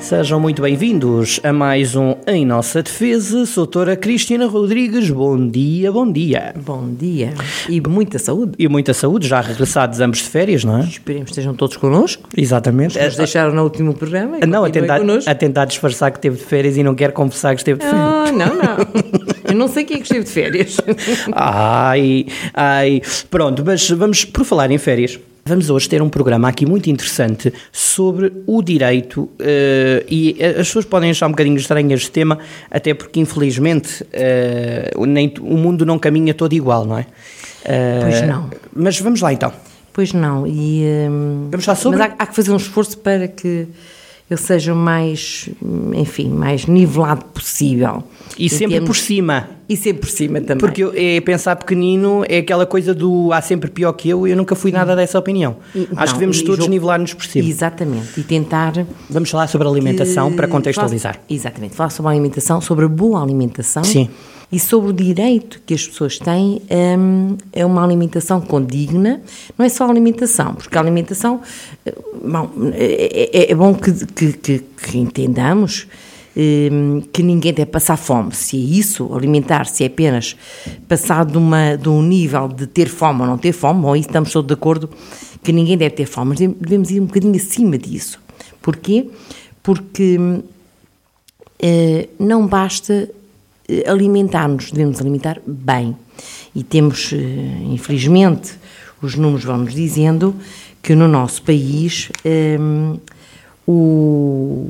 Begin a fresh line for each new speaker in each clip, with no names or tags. Sejam muito bem-vindos a mais um Em Nossa Defesa. Sou a doutora Cristina Rodrigues. Bom dia, bom dia.
Bom dia e muita saúde.
E muita saúde, já regressados ambos de férias, não é?
Esperemos que estejam todos connosco.
Exatamente.
Nos deixaram no último programa. e
É, Ah, Não, a
continuem
tentar,
connosco.
a tentar disfarçar que teve de férias e não quer confessar que esteve de férias.
Ah, não, não. Eu não sei quem é que esteve de férias.
Ai, ai. Pronto, mas vamos, por falar em férias, vamos hoje ter um programa aqui muito interessante sobre o direito eh, e eh, as pessoas podem achar um bocadinho estranho este tema, até porque infelizmente eh, nem, t- o mundo não caminha todo igual, não é? Eh,
Pois não.
Mas vamos lá então.
Pois não. E, hum,
Vamos lá sobre-
Mas há, há que fazer um esforço para que ele seja o mais, hum, enfim, mais nivelado possível.
E
Em
sempre por
termos-
cima.
E sempre por cima também.
Porque eu- é pensar pequenino é aquela coisa do há sempre pior que eu e eu nunca fui nada dessa opinião.
Hum. E- não,
Acho que devemos
e
todos
jogo-
nivelar-nos por cima.
Exatamente. E tentar... eh,
Vamos falar sobre alimentação
que-
para contextualizar.
falar- exatamente, falar sobre a alimentação, sobre a boa alimentação
Sim.
e sobre o direito que as pessoas têm hum, a uma alimentação condigna. Não é só a alimentação, porque a alimentação, eh, bom, é, é- é bom que, que- que- que entendamos hum, que ninguém deve passar fome. Se é isso, alimentar-se é apenas passar de, uma, de um nível de ter fome ou não ter fome, ou isso estamos todos de acordo que ninguém deve ter fome, mas devemos ir um bocadinho acima disso. Porquê? Porque hum, eh, não basta eh, alimentar-nos, devemos alimentar bem. E temos, eh, infelizmente, os números vão-nos dizendo que no nosso país hum, o.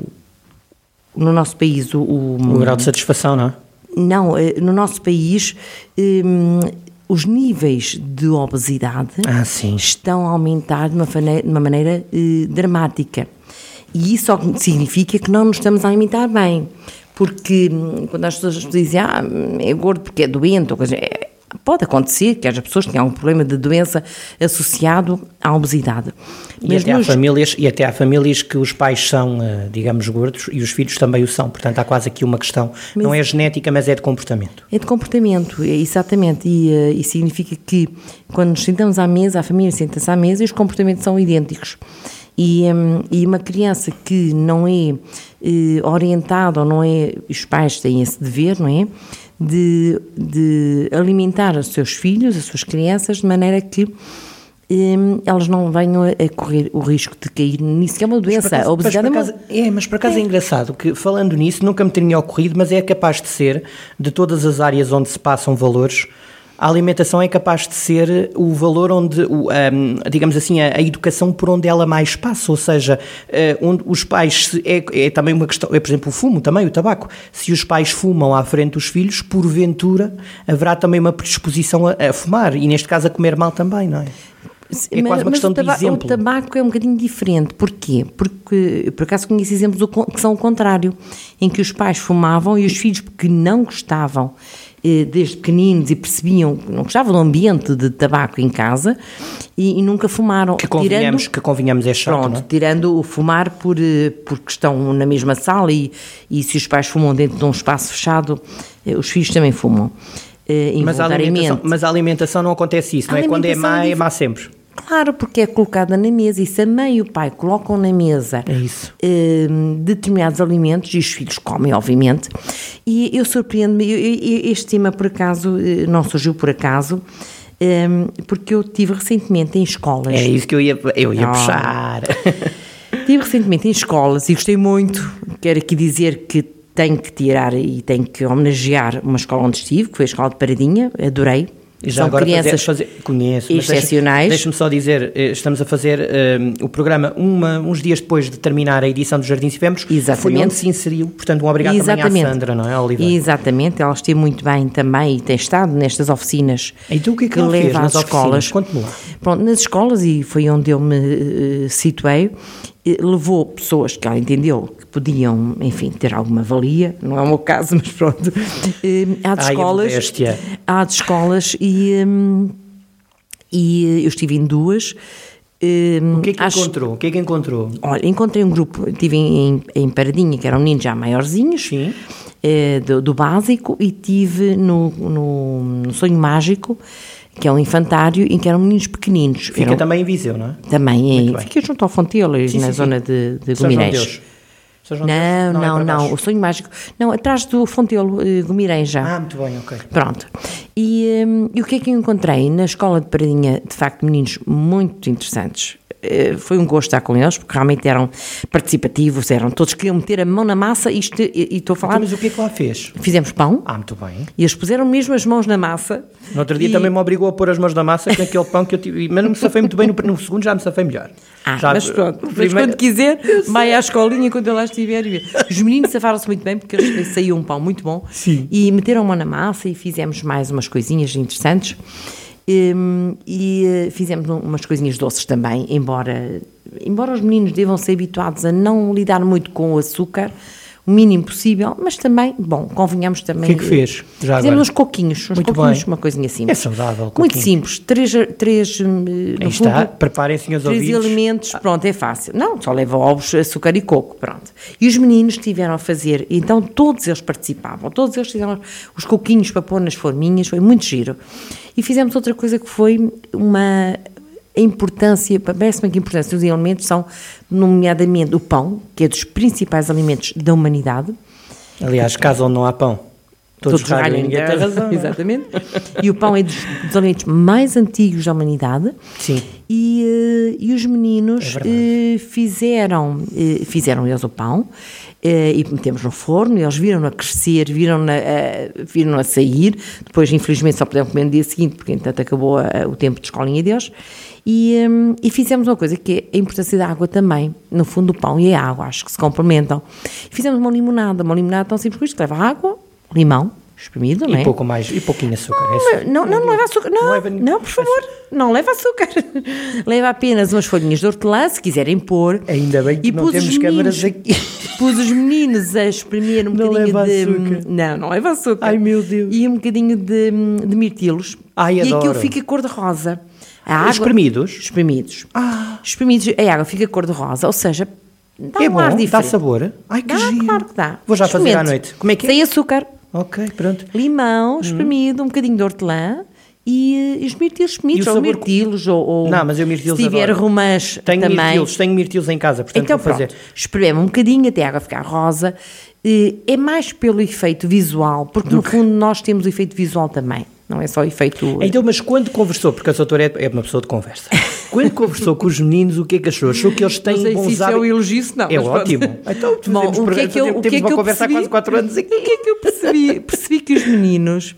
No nosso país, o,
Um grau
Uhum.
de satisfação, não é?
não, eh, no nosso país hum, os níveis de obesidade
Ah, sim.
estão a aumentar de uma, fane- de uma maneira eh, dramática. E isso só significa que não nos estamos a alimentar bem. Porque hum, quando as pessoas dizem, ah, é gordo porque é doente, ou coisa, é- pode acontecer que haja pessoas que tenham algum problema de doença associado à obesidade.
E até, há
nos-
famílias, e até há famílias que os pais são, eh, digamos, gordos e os filhos também o são. Portanto, há quase aqui uma questão. Não é genética, mas é de comportamento.
É de comportamento, é, exatamente. E, eh, e significa que quando nos sentamos à mesa, a família senta-se à mesa e os comportamentos são idênticos. E, hum, e uma criança que não é eh, orientada ou não é. Os pais têm esse dever, não é? De, de alimentar os seus filhos, as suas crianças, de maneira que. hum, elas não venham a, a correr o risco de cair nisso, que é uma
Mas
doença.
por acaso-
a obesidade é
mas
uma-
por acaso- é, mas por acaso é. engraçado que, falando nisso, nunca me teria ocorrido, mas é capaz de ser, de todas as áreas onde se passam valores, a alimentação é capaz de ser o valor onde, o, ahm, digamos assim, a, a educação por onde ela mais passa, ou seja, eh, onde os pais, se- é, é também uma questão, é por exemplo o fumo também, o tabaco, se os pais fumam à frente dos filhos, porventura haverá também uma predisposição a, a fumar, e neste caso a comer mal também, não é? É
Mas-
quase uma
mas
questão
o
de
taba-
exemplo.
O tabaco é um bocadinho diferente. Porquê? Porque, eu, por acaso, conheço exemplos do con- que são o contrário, em que os pais fumavam e os filhos que não gostavam eh, desde pequeninos e percebiam que não gostavam do ambiente de tabaco em casa e, e nunca fumaram.
Que convenhamos, que convenhamos é chato, não
Pronto,
é?
tirando o fumar por, eh, porque estão na mesma sala e, e se os pais fumam dentro de um espaço fechado, eh, os filhos também fumam. eh,
Mas a,
involuntariamente.
alimentação, mas a alimentação não acontece isso,
A
não é? Quando é
alimentação
má,
é
é má sempre.
Claro, porque é colocada na mesa e se a mãe e o pai colocam na mesa
É isso.
hum, determinados alimentos, e os filhos comem, obviamente, e eu surpreendo-me, eu- eu- eu- este tema por acaso eh, não surgiu por acaso, hum, porque eu tive recentemente em escolas.
É isso que eu ia, eu ia
Ah.
puxar. É.
Estive recentemente em escolas e gostei muito. Quero aqui dizer que tenho que tirar e tenho que homenagear uma escola onde estive, que foi a Escola de Paradinha, adorei.
E
São crianças
fazer- fazer- conheço, mas deixa-
excepcionais.
Deixa-me só dizer, eh, estamos a fazer eh, o programa uma- uns dias depois de terminar a edição do Jardim Tivemos. Foi
Exatamente.
onde se inseriu, portanto, um obrigado também à Sandra, não é, Oliveira?
Exatamente, ela esteve muito bem também e tem estado nestas oficinas
Então, o que é que ela fez nas oficinas? Conte-me lá.
Pronto, nas escolas, e foi onde eu me eh, situei, eh, levou pessoas que ela entendeu que podiam, enfim, ter alguma valia, não é o meu caso, mas pronto, eh, há de
Ai, a
escolas...
modéstia.
Há de escolas e, hum, e eh, eu estive em duas. hum,
O que é que
às-
encontrou? O que é que encontrou?
Olha, encontrei um grupo, estive em, em, em Paradinha, que eram meninos já maiorzinhos,
Sim.
eh, do, do básico, e tive no, no, no Sonho Mágico que é um infantário e que eram meninos pequeninos.
Fica
Eram-
também em Viseu, não é?
também,
Muito
é,
bem.
fica junto ao Fonteiras,
Sim,
na
sim,
zona
sim.
de,
São
de
João de
Guimarães.
Deus. São João de
Não,
Deus? é
não,
para
não,
baixo.
o sonho mágico. Não, atrás do Fontelo, eh, Guimarães já.
Ah, muito bem, ok.
Pronto. E, hum, e o que é que eu encontrei? Na escola de Paradinha, de facto, meninos muito interessantes. Eh, Foi um gosto estar com eles, porque realmente eram participativos, eram todos queriam meter a mão na massa e, este- e- e estou a falar.
Então, mas o que é que lá fez?
Fizemos pão
Ah, muito bem.
e eles puseram mesmo as mãos na massa.
No outro dia
e-
também me obrigou a pôr as mãos na massa com aquele pão que eu tive, mas não me safei muito bem, no, no segundo já me safei melhor.
Ah,
já,
mas pronto,
o
mas
primeiro-
quando quiser, vai à escolinha quando eu lá estiver. e vê. Os meninos safaram-se muito bem porque eles- saiu um pão muito bom
Sim.
e meteram a mão na massa e fizemos mais umas coisinhas interessantes Hum, e eh, fizemos um- umas coisinhas doces também, embora, embora os meninos devam ser habituados a não lidar muito com o açúcar, o mínimo possível, mas também, bom, convenhamos
O
também.
que é que fez? Já
Fizemos
agora.
uns coquinhos, uns
Muito
coquinhos,
bem.
uma coisinha simples.
É saudável,
Muito
coquinho.
simples, três, três hum,
Aí
no
está,
fundo,
preparem-se, senhores
Três
ouvidos. Ah.
alimentos, pronto, é fácil. Não, só leva ovos, açúcar e coco, pronto. E os meninos tiveram a fazer, então todos eles participavam, todos eles fizeram os coquinhos para pôr nas forminhas, foi muito giro. E fizemos outra coisa que foi uma a importância, parece-me que a importância dos alimentos são, nomeadamente, o pão, que é dos principais alimentos da humanidade.
Aliás, casa onde não há pão. Todos, ralham e ninguém tem
terra.
razão. não é?
Exatamente. E o pão é dos, dos alimentos mais antigos da humanidade.
Sim.
E, eh, e os meninos
É verdade.
eh, fizeram, eh, fizeram eles o pão eh, e metemos no forno, e eles viram-no a crescer, viram-no a, a- viram-no a sair, depois infelizmente só puderam comer no dia seguinte, porque entretanto acabou a- o tempo de escolinha deles, e, eh, e fizemos uma coisa que é a importância da água também, no fundo o pão e a água, acho que se complementam. E fizemos uma limonada, uma limonada tão simples como isto, que leva água, limão, espremido, não
E
é?
pouco mais, e pouquinho açúcar. é
Não,
açúcar.
Não, não, leva açúcar. Não,
leva nenhum-
não, por favor, não leva açúcar. leva apenas umas folhinhas de hortelã, se quiserem pôr.
Ainda bem que não
pus os
temos câmaras aqui.
Pus os meninos a espremer um
Não
bocadinho
leva
de.
açúcar.
Não, não leva açúcar.
Ai, meu Deus.
E um bocadinho de, de mirtilos.
Ai,
e aquilo
adoro.
fica cor-de-rosa. A água-
Espremidos?
Espremidos. Espremidos, a água fica cor-de-rosa, ou seja, dá
Ah, É
um ar
bom,
diferente.
dá sabor. Ai, que
Dá,
giro.
claro que dá.
Vou já fazer à
Experimente.
noite. Como é que é?
Sem açúcar
Ok, pronto.
limão
Hum.
espremido, um bocadinho de hortelã e, eh, os mirtilos
E
espremidos,
o
ou
sabor-
mirtilos, ou, ou
Não, mas eu mirtilos
se tiver
adoro.
romãs
Tenho
também.
mirtilos, tenho mirtilos em casa, portanto
Então
vou fazer.
pronto, espreme um bocadinho até a água ficar rosa. Eh, É mais pelo efeito visual, porque no fundo nós temos o efeito visual também, não é só o efeito...
Então, mas quando conversou, porque a doutora é é uma pessoa de conversa, quando conversou com os meninos, o que é que achou? Achou que eles têm
Não sei
bons
se isso é
hábitos?
um elogio, se não.
É
mas pronto.
ótimo. Então, fazemos
Bom, o que é
programa-
que eu,
fazemos-
o que é
temos
que
uma
eu
conversa há
percebi?
quase 4 anos aqui. Ah.
O que é que eu percebi? percebi que os meninos,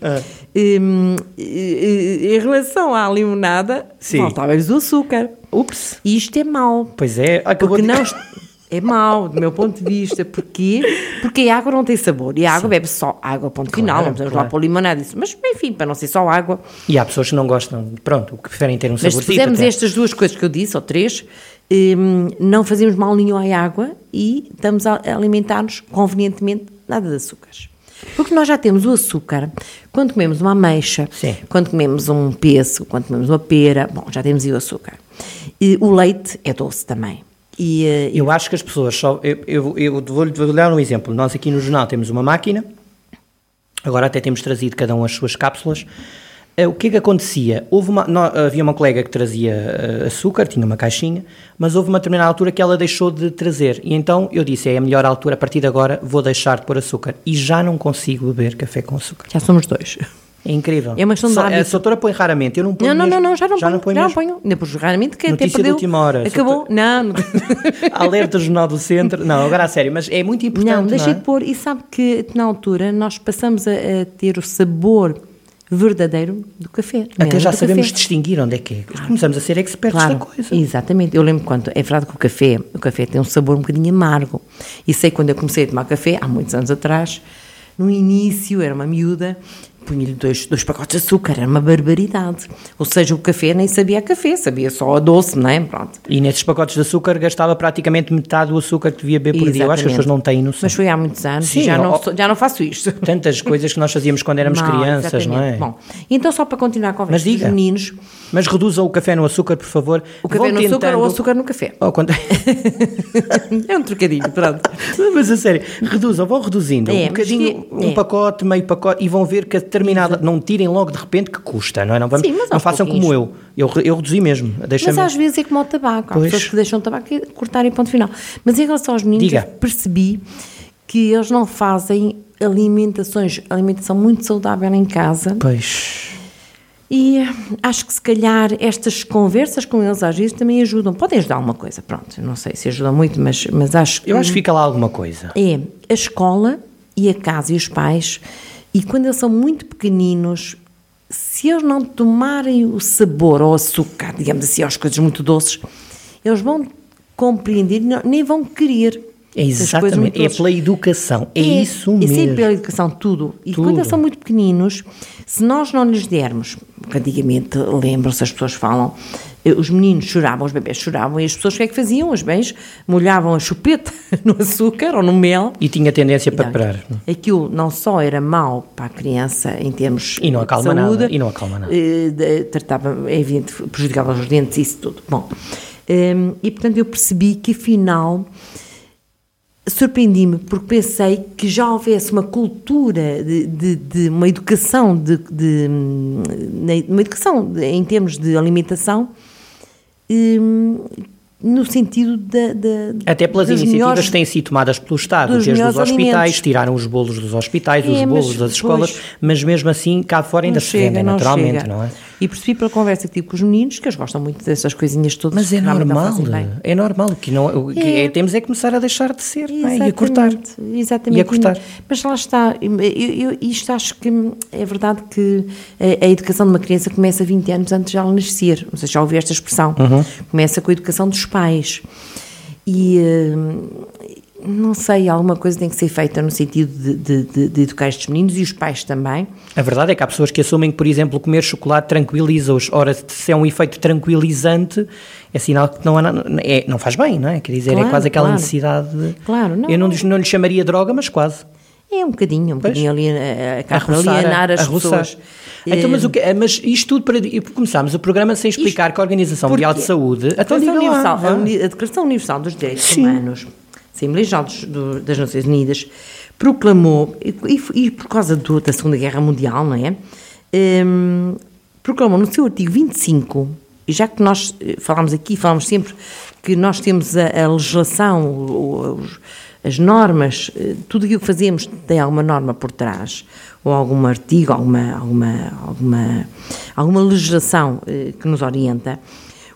hum, eh, eh, em relação à limonada,
Sim.
faltava-lhes o açúcar.
Ups.
E isto é mau.
Pois é, acabou
Porque
de...
não... É mau, do meu ponto de vista. Porquê? Porque a água não tem sabor. E a água bebe só água, ponto final. Não precisamos
claro.
lá para limonada. Isso. Mas, enfim, para não ser só água.
E há pessoas que não gostam, pronto, que preferem ter um
Mas se
saborcito.
fizermos
até.
estas duas coisas que eu disse, ou três, hum, não fazemos mal nenhum à água e estamos a alimentar-nos convenientemente nada de açúcares. Porque nós já temos o açúcar quando comemos uma ameixa,
Sim.
quando comemos um pêssego, quando comemos uma pera, bom, já temos aí o açúcar. E o leite é doce também. E, eh,
Eu acho que as pessoas só. Eu, eu, eu vou-lhe vou dar um exemplo. Nós aqui no jornal temos uma máquina, agora até temos trazido cada um as suas cápsulas. Eh, O que é que acontecia? Houve uma, nó- havia uma colega que trazia eh, açúcar, tinha uma caixinha, mas houve uma determinada altura que ela deixou de trazer. E então eu disse: é a melhor altura, a partir de agora vou deixar de pôr açúcar. E já não consigo beber café com açúcar.
já somos dois.
É incrível.
É uma questão de
Só- A
hábito.
doutora põe raramente, eu não ponho.
Não, não, não,
mesmo.
não, já não ponho.
ponho
já não
mesmo.
ponho. Ainda por raramente que até
Notícia de
perdeu.
última hora.
Acabou. Não, não.
Alerta Jornal do Centro. Não, agora a sério, mas é muito importante.
Não, deixei
é?
de pôr. E sabe que na altura nós passamos a, a ter o sabor verdadeiro do café.
Até
mesmo
já
do
sabemos
café.
distinguir onde é que é. Começamos a ser expertos
Claro,
da coisa.
exatamente. Eu lembro quando, é verdade que o café, o café tem um sabor um bocadinho amargo. E sei quando eu comecei a tomar café, há muitos anos atrás, no início era uma miúda, punha-lhe dois, dois pacotes de açúcar, era uma barbaridade. Ou seja, o café nem sabia a café, sabia só a doce, não é? Pronto.
E nesses pacotes de açúcar gastava praticamente metade do açúcar que devia beber por dia. Eu acho que as
Exatamente.
pessoas não têm noção.
Mas foi há muitos anos
Sim,
e já,
ó-
não, sou- já não faço isto.
Tantas coisas que nós fazíamos quando éramos
Mal,
crianças, não é?
exatamente. Bom, então só para continuar a
Mas
conversa
diga.
dos meninos,
Mas reduzam o café no açúcar, por favor.
o café
Vão
no açúcar
tentando-
ou açúcar no café.
Oh, quando-
é um trocadilho, pronto.
Mas a sério, reduzam, vão reduzindo
É,
um
mas
bocadinho,
que-
um
é.
pacote, meio pacote, e vão ver que determinada. Não tirem logo de repente que custa, não é? Não, vamos,
Sim, mas aos
não façam como eu. eu. re- Eu reduzi mesmo.
Mas
Deixa-me.
às vezes é como o tabaco. Há
Pois.
pessoas que deixam o tabaco e cortarem ponto final. Mas em relação aos meninos,
Diga.
eu percebi que eles não fazem alimentações, alimentação muito saudável em casa.
Pois.
E eh, acho que se calhar estas conversas com eles às vezes também ajudam. Podem ajudar alguma coisa, pronto. Não sei se ajudam muito, mas, mas acho que.
Eu acho que fica lá alguma coisa.
É a escola e a casa e os pais, e quando eles são muito pequeninos, se eles não tomarem o sabor ao açúcar, digamos assim, às coisas muito doces, eles vão compreender, não- nem vão querer.
É
essas coisas muito
exatamente. É
doces.
pela educação. É, isso
E
mesmo.
sempre pela educação, tudo. E
Tudo.
quando eles são muito pequeninos, se nós não lhes dermos, porque antigamente lembram-se, as pessoas falam, eh, os meninos choravam, os bebés choravam, e as pessoas o que é que faziam? Os bens molhavam a chupeta no açúcar ou no mel
E tinha tendência para
Então,
parar.
Aquilo não só era mau para a criança em termos
E não
de
acalma nada,
saúde,
e não acalma nada.
eh, de- tratava, é evidente, prejudicava os dentes, isso tudo. Bom, em, e portanto eu percebi que afinal surpreendi-me porque pensei que já houvesse uma cultura de, de- de uma educação de, de- hum, na- uma educação de- em termos de alimentação em, no sentido da, da-
Até pelas
dos
iniciativas
melhores
que têm sido tomadas pelo Estado,
dos
desde os
melhores
hospitais,
alimentos.
tiraram os bolos dos hospitais,
É,
os
mas
bolos das escolas,
depois-
mas mesmo assim cá fora ainda
Não
se
chega,
vendem,
não
naturalmente,
chega.
não é?
E percebi pela conversa que tive com os meninos que eles gostam muito dessas coisinhas todas.
Mas é
que realmente não
normal,
fazem bem.
é normal, o que, não, o que
É.
é- temos é que começar a deixar de ser não é? e a
Exatamente,
cortar.
Exatamente.
E a cortar.
Mas lá está, eu, eu- isto acho que é verdade que a, a educação de uma criança começa 20 anos antes de ela nascer, não sei se já ouvi esta expressão,
Uhum.
começa com a educação dos pais. E hum, não sei, alguma coisa tem que ser feita no sentido de, de- de- de educar estes meninos e os pais também.
A verdade é que há pessoas que assumem que, por exemplo, comer chocolate tranquiliza-os. Ora, se é um efeito tranquilizante, é sinal que não, há na- é, não faz bem, não é? Quer dizer, é
Claro,
quase aquela
claro.
necessidade de...
Claro, não,
Eu não,
não.
lhes- não lhe chamaria droga, mas quase.
É um bocadinho, um
Pois.
bocadinho ali a, a, a
roçar,
alienar as
a roçar.
pessoas. É.
Então, mas, o que, mas isto tudo para. e Começámos o programa sem explicar que a Organização Mundial de
Porquê?
Saúde.
A
Então, diga
Declaração,
lá,
Universal,
vá.
a Uni- a Declaração Universal dos Direitos
Sim.
Humanos, Assembleia Geral dos- do- das Nações Unidas, proclamou, e, e- e por causa do- da Segunda Guerra Mundial, não é? Hum, proclamou no seu artigo 25, e já que nós eh, falámos aqui, falámos sempre que nós temos a, a legislação, o- o- os- as normas, eh, tudo aquilo que fazemos tem alguma norma por trás, ou algum artigo, alguma, alguma, alguma, alguma legislação eh, que nos orienta.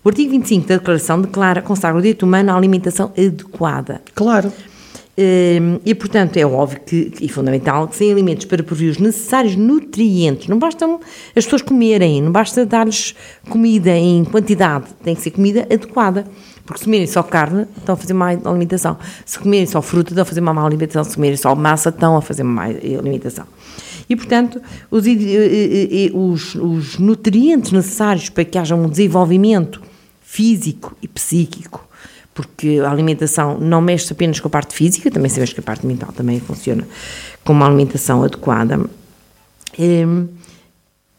O artigo 25 da Declaração declara, consagra o direito humano à alimentação adequada.
Claro.
Hum, E, portanto, é óbvio que, e fundamental que sem alimentos para prover os necessários nutrientes. Não bastam as pessoas comerem, não basta dar-lhes comida em quantidade, tem que ser comida adequada. Porque se comerem só carne, estão a fazer má alimentação. Se comerem só fruta, estão a fazer uma má alimentação. Se comerem só massa, estão a fazer má alimentação. E, portanto, os, ide- eh, eh, eh, os- os nutrientes necessários para que haja um desenvolvimento físico e psíquico porque a alimentação não mexe apenas com a parte física, também sabemos que a parte mental também funciona com uma alimentação adequada. Hum,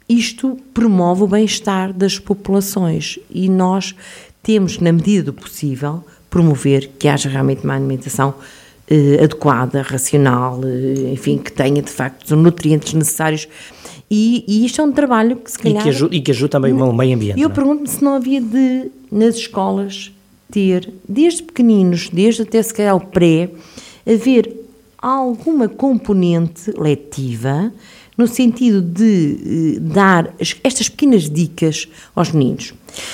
isto promove o bem-estar das populações e nós temos, na medida do possível, promover que haja realmente uma alimentação eh, adequada, racional, eh, enfim, que tenha de facto os nutrientes necessários. E, e isto é um trabalho que se
E
calhar
que, ajuda, e que ajuda também o meio ambiente.
e eu
não é?
pergunto-me se não havia de, nas escolas, ter, desde pequeninos, desde até se calhar o pré, haver alguma componente letiva no sentido de eh, dar as- estas pequenas dicas aos meninos.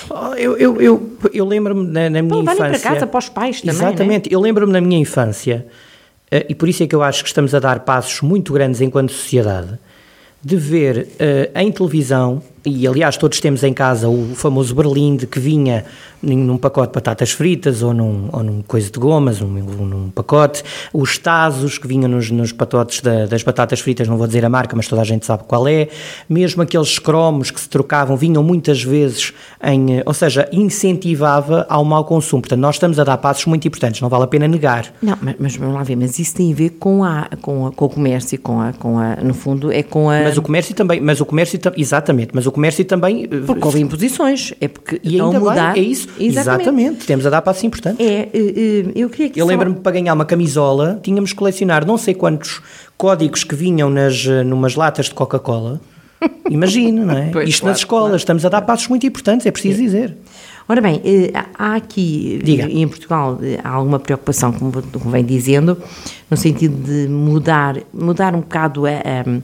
Oh, Eu, eu, eu, eu lembro-me na, na minha
Bom, valem
infância.
Então para casa, para os pais também, é?
Exatamente. Eu lembro-me na minha infância, eh, e por isso é que eu acho que estamos a dar passos muito grandes enquanto sociedade, de ver eh, em televisão, e aliás todos temos em casa o famoso berlinde que vinha num num pacote de batatas fritas ou num, ou num coisa de gomas, um num, num pacote, os tazos que vinham nos, nos pacotes da- das batatas fritas, não vou dizer a marca, mas toda a gente sabe qual é, mesmo aqueles cromos que se trocavam vinham muitas vezes em, eh, ou seja, incentivava ao mau consumo. Portanto, nós estamos a dar passos muito importantes, não vale a pena negar.
Não, mas, mas vamos lá ver, mas isso tem a ver com, a, com, a- com o comércio, e com a, com a, no fundo, é com a...
Mas o comércio também, mas o comércio tam- exatamente, mas o comércio e também. eh,
Porque houve imposições, é porque
e
estão
ainda
a mudar.
bem, é isso.
Exatamente.
Temos a dar passos importantes.
É, eh, eh, eu queria que
Eu
só-
lembro-me para ganhar uma camisola, tínhamos que colecionar não sei quantos códigos que vinham nas eh, numas latas de Coca-Cola. Imagino, não é?
Pois,
Isto
claro,
nas escolas, estamos a dar passos muito importantes, é preciso dizer.
Ora bem, eh, há aqui eh,
Diga.
em Portugal eh, há alguma preocupação, como v- como vem dizendo, no sentido de mudar, mudar um bocado a, a-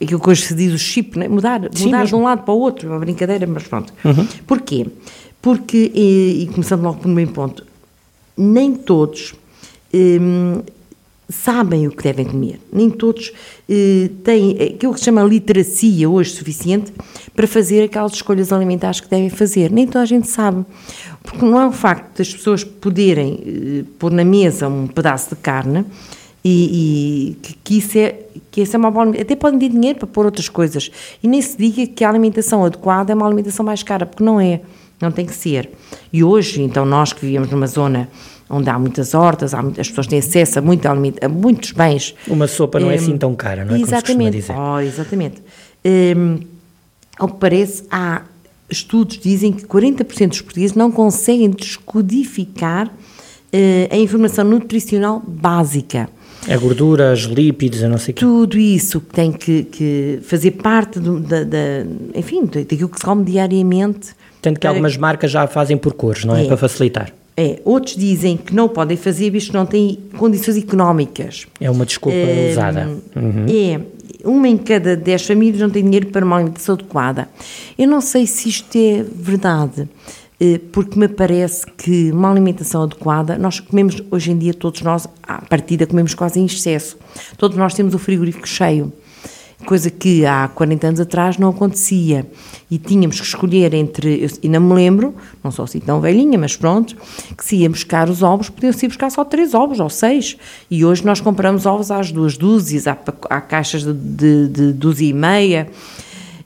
aquilo que hoje se diz o chip, né? mudar,
Sim,
mudar de
mesmo. Uhum.
um lado para o outro, uma brincadeira, mas pronto. Porquê? Porque, eh, e começando logo por um ponto, nem todos hum, sabem o que devem comer, nem todos eh, têm aquilo que se chama literacia hoje suficiente para fazer aquelas escolhas alimentares que devem fazer. Nem toda a gente sabe. Porque não é o facto das pessoas poderem eh, pôr na mesa um pedaço de carne e, e que, que isso é que isso é uma boa alimenta- até podem ter dinheiro para pôr outras coisas e nem se diga que a alimentação adequada é uma alimentação mais cara porque não é não tem que ser. E hoje, então, nós que vivíamos numa zona onde há muitas hortas, há muitas, as pessoas têm acesso a, muito aliment- a muitos bens.
Uma sopa não é
Em,
assim tão cara, não é? Como se costuma
Exatamente.
dizer.
Oh, exatamente. Em, ao que parece, há estudos que dizem que 40% dos portugueses não conseguem descodificar eh, a informação nutricional básica
A gordura, os lípidos, a não sei o quê.
tudo isso que tem que, que fazer parte do- da, da- enfim, da- daquilo que se come diariamente.
Tanto que
para-
algumas marcas já fazem por cores, não é?
É.
Para facilitar.
É, outros dizem que não podem fazer visto que não têm condições económicas.
É uma desculpa
Eh,
usada.
É, uma em cada dez famílias não tem dinheiro para uma alimentação adequada. Eu não sei se isto é verdade, eh, porque me parece que uma alimentação adequada, nós comemos hoje em dia, todos nós, à partida, comemos quase em excesso. Todos nós temos o frigorífico cheio. Coisa que há 40 anos atrás não acontecia. E tínhamos que escolher entre. Eu ainda me lembro, não sou assim tão velhinha, mas pronto, que se ia buscar os ovos, podiam-se ir buscar só três ovos ou seis. E hoje nós compramos ovos às duas dúzias, há, pa- há caixas de, de, de dúzia e meia.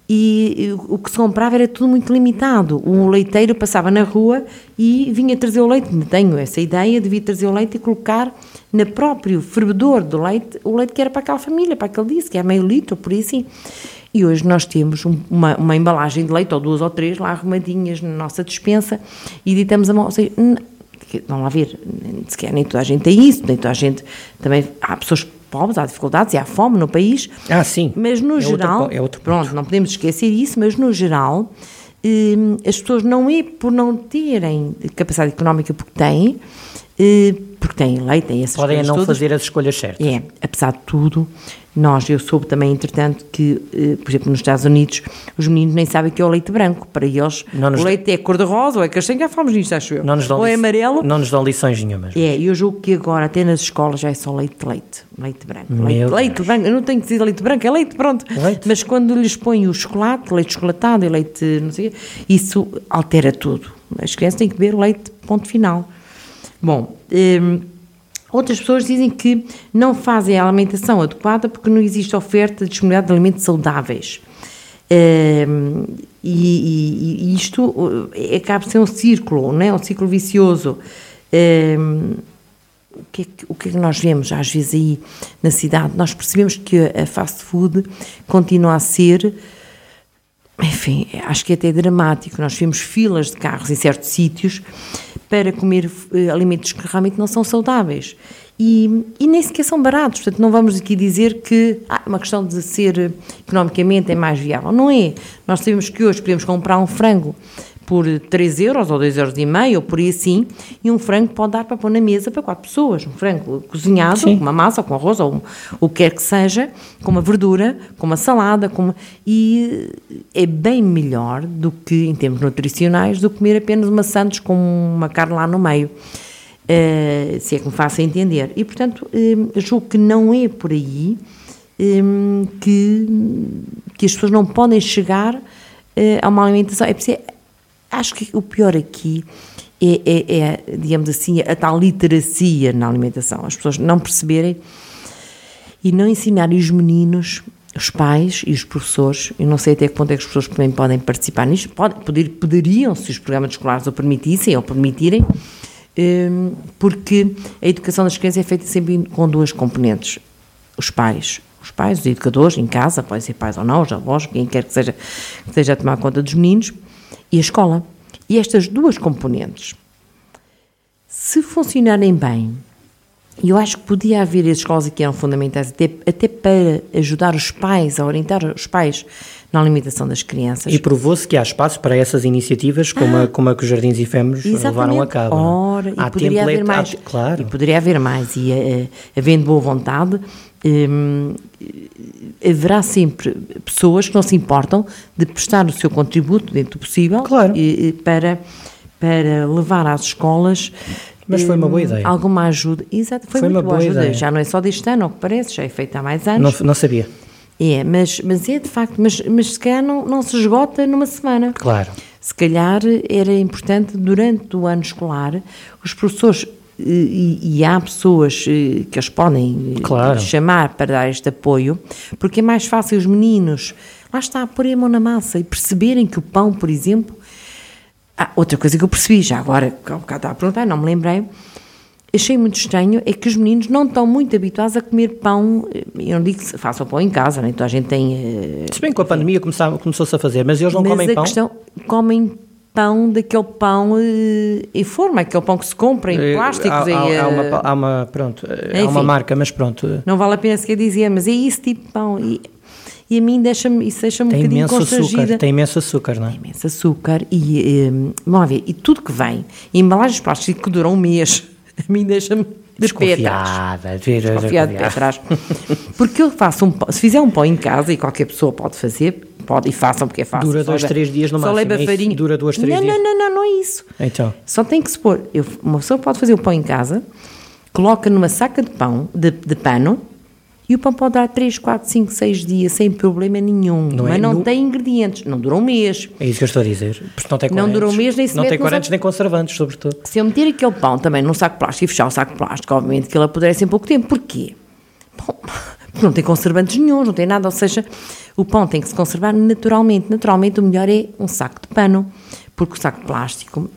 E o o que se comprava era tudo muito limitado. O leiteiro passava na rua e vinha trazer o leite. Tenho essa ideia de vir trazer o leite e colocar no próprio fervedor do leite o leite que era para aquela família, para aquele dia, que era meio litro, por aí assim. E hoje nós temos um- uma, uma embalagem de leite, ou duas ou três, lá arrumadinhas na nossa despensa e ditamos a mão. Ou seja, n- que- vão lá ver, nem sequer nem toda a gente tem isso, nem toda a gente. Também há pessoas pobres, há dificuldades e há fome no país.
Ah, sim.
Mas no
É outro
geral,
po- é outro ponto.
pronto, não podemos esquecer isso, mas no geral, hum, as pessoas não é por não terem capacidade económica porque têm, eh, porque têm leite, têm essas
Podem
coisas
não
todas.
fazer as escolhas certas.
É, apesar de tudo, nós, eu soube também, entretanto, que, eh, por exemplo, nos Estados Unidos, os meninos nem sabem o que é o leite branco. Para eles,
Não nos-
o leite é cor-de-rosa ou é castanho, já falamos nisto, acho eu.
Não nos dão
ou é
lições-
amarelo.
Não nos dão lições nenhumas.
É, eu julgo que agora, até nas escolas, já é só leite, leite, leite branco.
Meu
Leite,
Deus.
leite branco, eu não tenho que dizer leite branco, é leite, pronto.
Leite.
Mas quando lhes põe o chocolate, leite chocolatado e leite não sei o quê, isso altera tudo. As crianças têm que beber leite, ponto final. Bom, hum, outras pessoas dizem que não fazem a alimentação adequada porque não existe oferta de disponibilidade de alimentos saudáveis. Hum, e, e- e isto uh, é- acaba por ser um círculo, né? um círculo vicioso. Hum, o que, é que, o que é que nós vemos às vezes aí na cidade? Nós percebemos que a a fast food continua a ser, enfim, acho que é até dramático. Nós vemos filas de carros em certos sítios para comer eh, alimentos que realmente não são saudáveis. E, e nem sequer são baratos, portanto, não vamos aqui dizer que ah, é uma questão de ser eh, economicamente é mais viável. Não é. Nós sabemos que hoje podemos comprar um frango por 3 euros ou 2 euros e meio, ou por aí assim, e um frango pode dar para pôr na mesa para quatro pessoas, um frango cozinhado, com uma massa, ou com arroz, ou um- o que quer que seja, com uma verdura, com uma salada, com uma- e é bem melhor do que, em termos nutricionais, do que comer apenas uma sandes com uma carne lá no meio, Eh, se é que me faça entender. E, portanto, eh, julgo que não é por aí hum, que, que as pessoas não podem chegar eh, a uma alimentação. É preciso, acho que o pior aqui é, é- é, digamos assim, a tal literacia na alimentação. As pessoas não perceberem e não ensinarem os meninos, os pais e os professores, eu não sei até que ponto é que os professores também podem participar nisto, podem, poder- poderiam, se os programas escolares o permitissem ou permitirem, hum, porque a educação das crianças é feita sempre com duas componentes, os pais, os os pais, os educadores em casa, podem ser pais ou não, os avós, quem quer que seja que esteja a tomar conta dos meninos, e a escola. E estas duas componentes, se funcionarem bem, e eu acho que podia haver as escolas que eram fundamentais até, até para ajudar os pais, a orientar os pais na alimentação das crianças.
E provou-se que há espaço para essas iniciativas, como, a, como a que os Jardins Efêmeros levaram a cabo.
Ah!
é?
Ora,
há
e poderia haver
template-
mais.
há- claro.
E poderia haver mais. E eh, havendo boa vontade, hum, haverá sempre pessoas que não se importam de prestar o seu contributo dentro do possível
Claro.
e- e para, para levar às escolas. hum,
Mas foi uma boa ideia.
Alguma ajuda. Exato, foi,
Foi
muito
uma
boa,
boa
ajuda.
ideia.
Já não é só deste ano, ao que parece, já é feita há mais anos.
Não, não sabia.
É, mas, mas é de facto, mas, mas se calhar não, não se esgota numa semana.
Claro.
Se calhar era importante durante o ano escolar os professores eh, e, e há pessoas eh, que os podem eh,
Claro.
chamar para dar este apoio, porque é mais fácil os meninos lá está, pôr a mão na massa e perceberem que o pão, por exemplo, ah, outra coisa que eu percebi já agora, que há um bocado estava a perguntar, não me lembrei, achei muito estranho, é que os meninos não estão muito habituados a comer pão, eh, eu não digo que se façam pão em casa, nem toda a gente tem eh,
Se bem que com a pandemia começava- começou-se a fazer, mas eles não
mas
comem
a
pão.
questão, comem pão daquele pão eh, em forma, aquele pão que se compra em
Eh,
plásticos,
há,
em,
há- há
eh,
uma, pa- há uma- pronto, eh, há uma
Enfim. Um
marca, mas pronto. eh,
não vale a pena sequer dizer, mas é esse tipo de pão. E, e a mim deixa-me, isso deixa-me um
Tem
bocadinho
imenso
constrangida.
açúcar, tem imenso açúcar, não é?
Imenso açúcar e, eh, vamos lá ver, e tudo que vem, e embalagens plásticas que duram um mês, a mim deixa-me de pé atrás.
Desconfiada, vira-
Desconfiado de pé
desconfiada.
atrás. Porque eu faço um pão, se fizer um pão em casa, e qualquer pessoa pode fazer, pode, e façam porque é fácil.
Dura
só
dois,
le-
três dias no
só
máximo,
leva
é isso?
farinha.
Dura dois, três
não,
dias.
Não, não, não, não é isso.
Então,
Só tem que se pôr. Eu- uma pessoa pode fazer o pão em casa, coloca numa saca de pão, de, de pano, e o pão pode dar 3, 4, 5, 6 dias sem problema nenhum.
Não é?
mas não
No-
tem ingredientes. Não dura um mês.
é isso que eu estou a dizer. Porque não tem
Não
corantes.
durou um mês, nem se
Não
mete
tem
nos
corantes nem conservantes, sobretudo.
Se eu meter aquele pão também num saco de plástico e fechar o saco de plástico, obviamente que ele apodrece em pouco tempo. Porquê? Bom, porque não tem conservantes nenhum, não tem nada. Ou seja, o pão tem que se conservar naturalmente. Naturalmente, o melhor é um saco de pano, porque o saco de plástico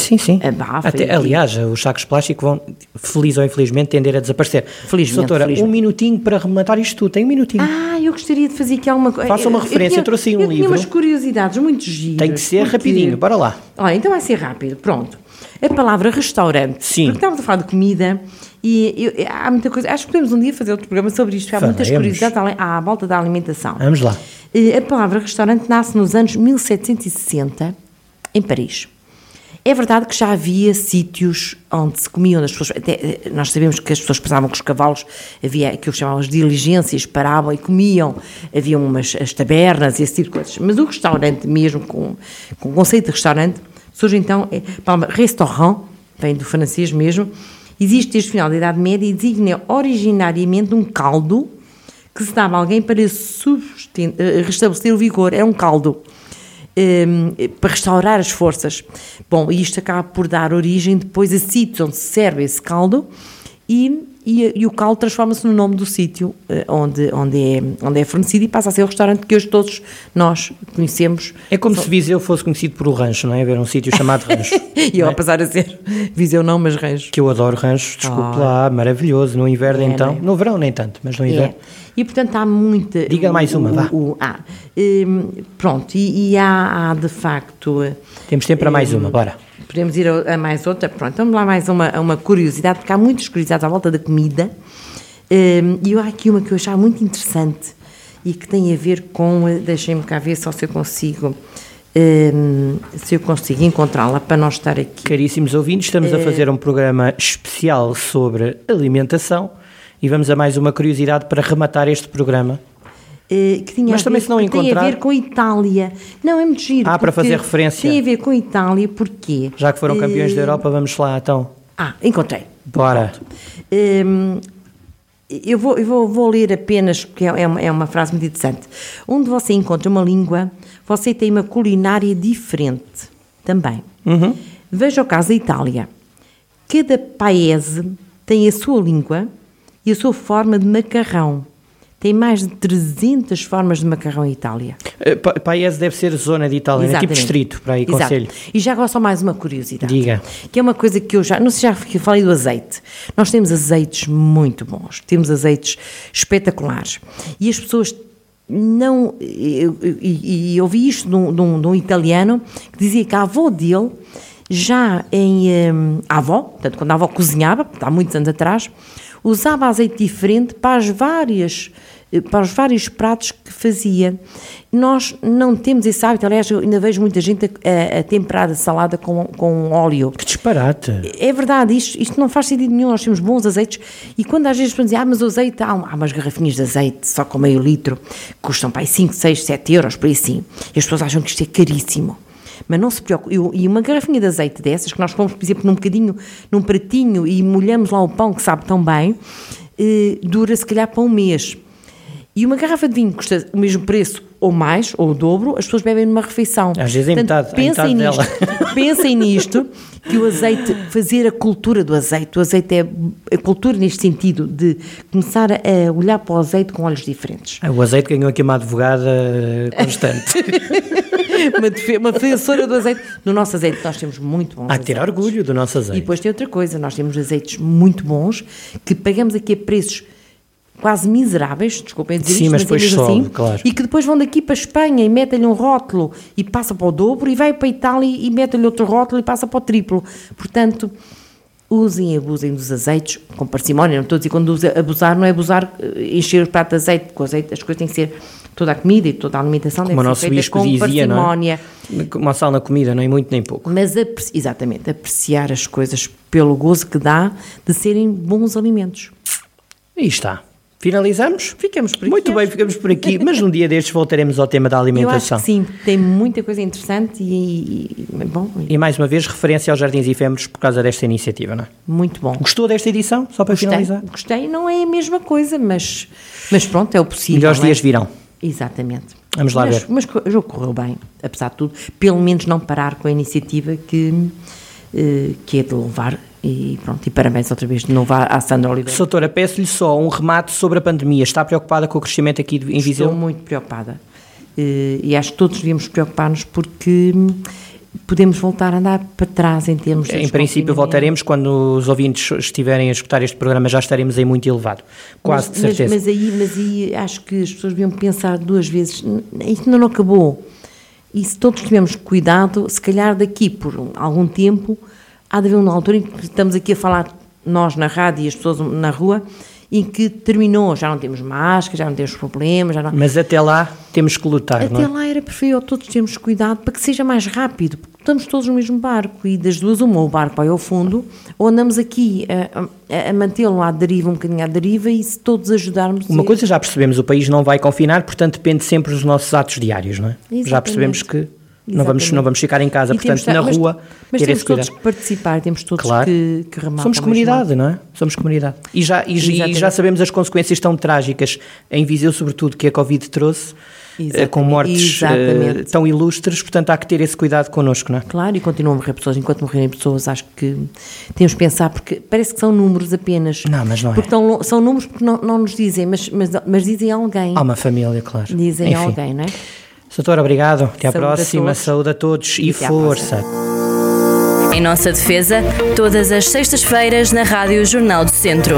Sim, sim.
Abafa
Até,
e-
aliás, os sacos plásticos vão, feliz ou infelizmente, tender a desaparecer.
Felizmente,
Doutora,
felizmente.
um minutinho para rematar isto tudo. Tem um minutinho.
Ah, eu gostaria de fazer aqui alguma coisa.
Faça uma referência, eu trouxe aí um
eu Tinha
livro.
umas curiosidades muito giras.
tem que ser
porque-
rapidinho, bora lá.
Olha, então vai ser rápido, pronto. A palavra restaurante.
Sim.
Porque estávamos a falar de comida e eu- há muita coisa. Acho que podemos um dia fazer outro programa sobre isto, porque há muitas
Faremos. Ah,
curiosidades além- à volta da alimentação.
Vamos lá.
Eh, A palavra restaurante nasce nos anos 1760 em Paris. É verdade que já havia sítios onde se comiam as pessoas. Até, eh, nós sabemos que as pessoas passavam com os cavalos, havia aquilo que chamavam as diligências, paravam e comiam, havia umas as tabernas e esse tipo de coisas. Mas o restaurante mesmo, com, com o conceito de restaurante, surge então eh, a palavra restaurant, vem do francês mesmo, existe desde o final da Idade Média e designa originariamente um caldo que se dava a alguém para susten- eh, restabelecer o vigor. Era um caldo ehm, eh, para restaurar as forças. Bom, e isto acaba por dar origem depois a sítios onde se serve esse caldo e, e, e o caldo transforma-se no nome do sítio eh, onde, onde, é, onde é fornecido e passa a ser o restaurante que hoje todos nós conhecemos.
É como se Viseu fosse conhecido por o rancho, não é? Haver um sítio chamado rancho.
E eu, apesar de ser Viseu não, mas Rancho.
que eu adoro rancho, desculpe
Ah.
lá, maravilhoso. No inverno
É,
então.
não é?
No verão nem tanto, mas no
É.
inverno.
E portanto há muita.
Diga mais uma, vá.
ah, hum, pronto, e, e há, há, de facto. eh,
Temos tempo para mais uma, bora.
Podemos ir a, a mais outra? Pronto, vamos lá mais uma, a uma curiosidade, porque há muitas curiosidades à volta da comida. Hum, E eu há aqui uma que eu achava muito interessante e que tem a ver com. eh, Deixem-me cá ver só se eu consigo. hum, se eu consigo encontrá-la para não estar aqui.
Caríssimos ouvintes, estamos
É.
a fazer um programa especial sobre alimentação e vamos a mais uma curiosidade para rematar este programa.
eh, que tinha
Mas
a
também
ver,
se não
que tem a
encontrar-
ver com a Itália. Não, é muito giro.
Ah, para
porque
fazer referência.
Tem a ver com a Itália, porquê?
Já que foram
Eh,
campeões da Europa, vamos lá então.
Ah, encontrei.
Bora.
Hum, eu vou, eu vou, vou ler apenas, porque é é uma, é uma frase muito interessante. Onde você encontra uma língua, você tem uma culinária diferente também.
Uhum.
Veja o caso da Itália. Cada paese tem a sua língua e a sua forma de macarrão. Tem Tem mais de 300 formas de macarrão em Itália.
Eh, Pa- Paese deve ser zona de Itália, né? tipo
Exatamente.
distrito, para aí,
Exato.
conselho.
E já agora só mais uma curiosidade.
Diga.
Que é uma coisa que eu já, não sei já que eu falei do azeite. Nós temos azeites muito bons, temos azeites espetaculares. E as pessoas não, eu- eu- e e eu ouvi isto de um, de um- de um italiano que dizia que a avó dele, já em hum, a avó, portanto, quando a avó cozinhava, portanto, há muitos anos atrás, usava azeite diferente para as várias eh, para os vários pratos que fazia. Nós não temos esse hábito, aliás, eu ainda vejo muita gente a, a temperar a salada com, com óleo.
Que disparate.
É verdade, isto, isto não faz sentido nenhum, nós temos bons azeites e quando às vezes vão dizer, ah, mas o azeite, há, um- há umas garrafinhas de azeite só com meio litro, que custam para aí 5, 6, 7 euros, por aí sim, e as pessoas acham que isto é caríssimo. Mas não se preocupe, Eu- e uma garrafinha de azeite dessas, que nós pomos, por exemplo, num bocadinho, num pratinho e molhamos lá o pão que sabe tão bem, eh, dura se calhar para um mês. E uma garrafa de vinho custa o mesmo preço ou mais, ou o dobro, as pessoas bebem numa refeição.
Às vezes é metade- é
pensem
metade
nisto. Pensem nisto, que o azeite, fazer a cultura do azeite, o azeite é a cultura neste sentido de começar a olhar para o azeite com olhos diferentes.
Ah, O azeite ganhou aqui uma advogada eh, constante.
Uma, defe- uma defensora do azeite. Ah, No nosso azeite nós temos muito bons
Há de ter
azeites.
orgulho do nosso
E
azeite.
depois tem outra coisa, nós temos azeites muito bons que pagamos aqui a preços quase miseráveis, desculpem dizer
Sim,
isto,
mas
é
depois
mesmo
sobe,
assim,
claro.
e que depois vão daqui para a Espanha e metem-lhe um rótulo e passa para o dobro e vai para a Itália e metem-lhe outro rótulo e passa para o triplo. Portanto, usem e abusem dos azeites com parcimónia, não estou a dizer quando usa- abusar, não é abusar, eh, encher os pratos de azeite, com azeite as coisas têm que ser, toda a comida e toda a alimentação
Como o
deve
nosso
ser feita
bispo
com
dizia, não
parcimónia.
é? Uma sal na comida, nem muito nem pouco.
Mas, apreci- exatamente, apreciar as coisas pelo gozo que dá de serem bons alimentos.
Aí está. Finalizamos?
Ficamos por aqui,
Muito bem,
acho.
ficamos por aqui, mas num dia destes voltaremos ao tema da
Eu acho
alimentação.
que sim, tem muita coisa interessante e, e- e- bom, e
E mais uma vez, referência aos jardins efêmeros por causa desta iniciativa, não é?
muito bom.
Gostou desta edição? Só para finalizar?
Gostei, gostei, não é a mesma coisa, mas, mas pronto, é o possível.
Melhores
não é?
dias virão.
Exatamente.
Vamos lá
mas,
ver.
Mas o jogo correu bem, apesar de tudo. Pelo menos não parar com a iniciativa que, eh, que é de louvar. E pronto, e parabéns outra vez de novo à- à Sandra Oliveira.
Soutora, peço-lhe só um remate sobre a pandemia. Está preocupada com o crescimento aqui de- em
Estou
Viseu?
muito preocupada. Eh, E acho que todos devíamos preocupar-nos porque hum, podemos voltar a andar para trás em termos de
Em princípio,
desconfinamento.
voltaremos quando os ouvintes estiverem a escutar este programa, já estaremos em muito elevado. Quase de
Mas- mas-
certeza.
Mas, aí, mas aí acho que as pessoas deviam pensar duas vezes: "N- isto ainda não acabou. E se todos tivermos cuidado, se calhar daqui por um- algum tempo, há de haver uma altura em que estamos aqui a falar, nós na rádio e as pessoas na rua, em que terminou, já não temos máscara, já não temos problemas, já não.
Mas até lá temos que lutar, não é?
Até lá era preferível todos termos cuidado para que seja mais rápido, porque estamos todos no mesmo barco e das duas uma, ou o barco vai ao fundo, ou andamos aqui a, a- a mantê-lo à deriva, um bocadinho à deriva, e se todos ajudarmos...
Uma
e-
coisa já percebemos, o país não vai confinar, portanto depende sempre dos nossos atos diários, não é? Já
Exatamente.
percebemos que não
Exatamente.
vamos, não vamos ficar em casa,
E temos
portanto é na
que- mas-
rua
Mas
ter
temos
esse
todos
cuidado.
que participar, temos todos
Claro.
que, que remar
Somos
para o mesmo lado.
comunidade, não é? Somos comunidade. E já, e, e já
Exatamente.
sabemos as consequências tão trágicas em Viseu, sobretudo, que a Covid trouxe, eh, com
Exatamente.
mortes eh,
Exatamente.
tão ilustres, portanto há que ter esse cuidado connosco, não é?
Claro, e continuam a morrer pessoas. Enquanto morrerem pessoas, acho que temos que pensar, porque parece que são números apenas.
Não, mas não é.
Porque tão lo- são números porque não, não nos dizem, mas, mas, mas dizem a alguém.
Há uma família, claro.
Dizem a
Ah, Enfim.
alguém, não é?
Doutora, obrigado. Até à
Saúde a
próxima.
todos.
Saúde a todos e,
E até à
força.
Em nossa defesa, todas as sextas-feiras na Rádio Jornal do Centro.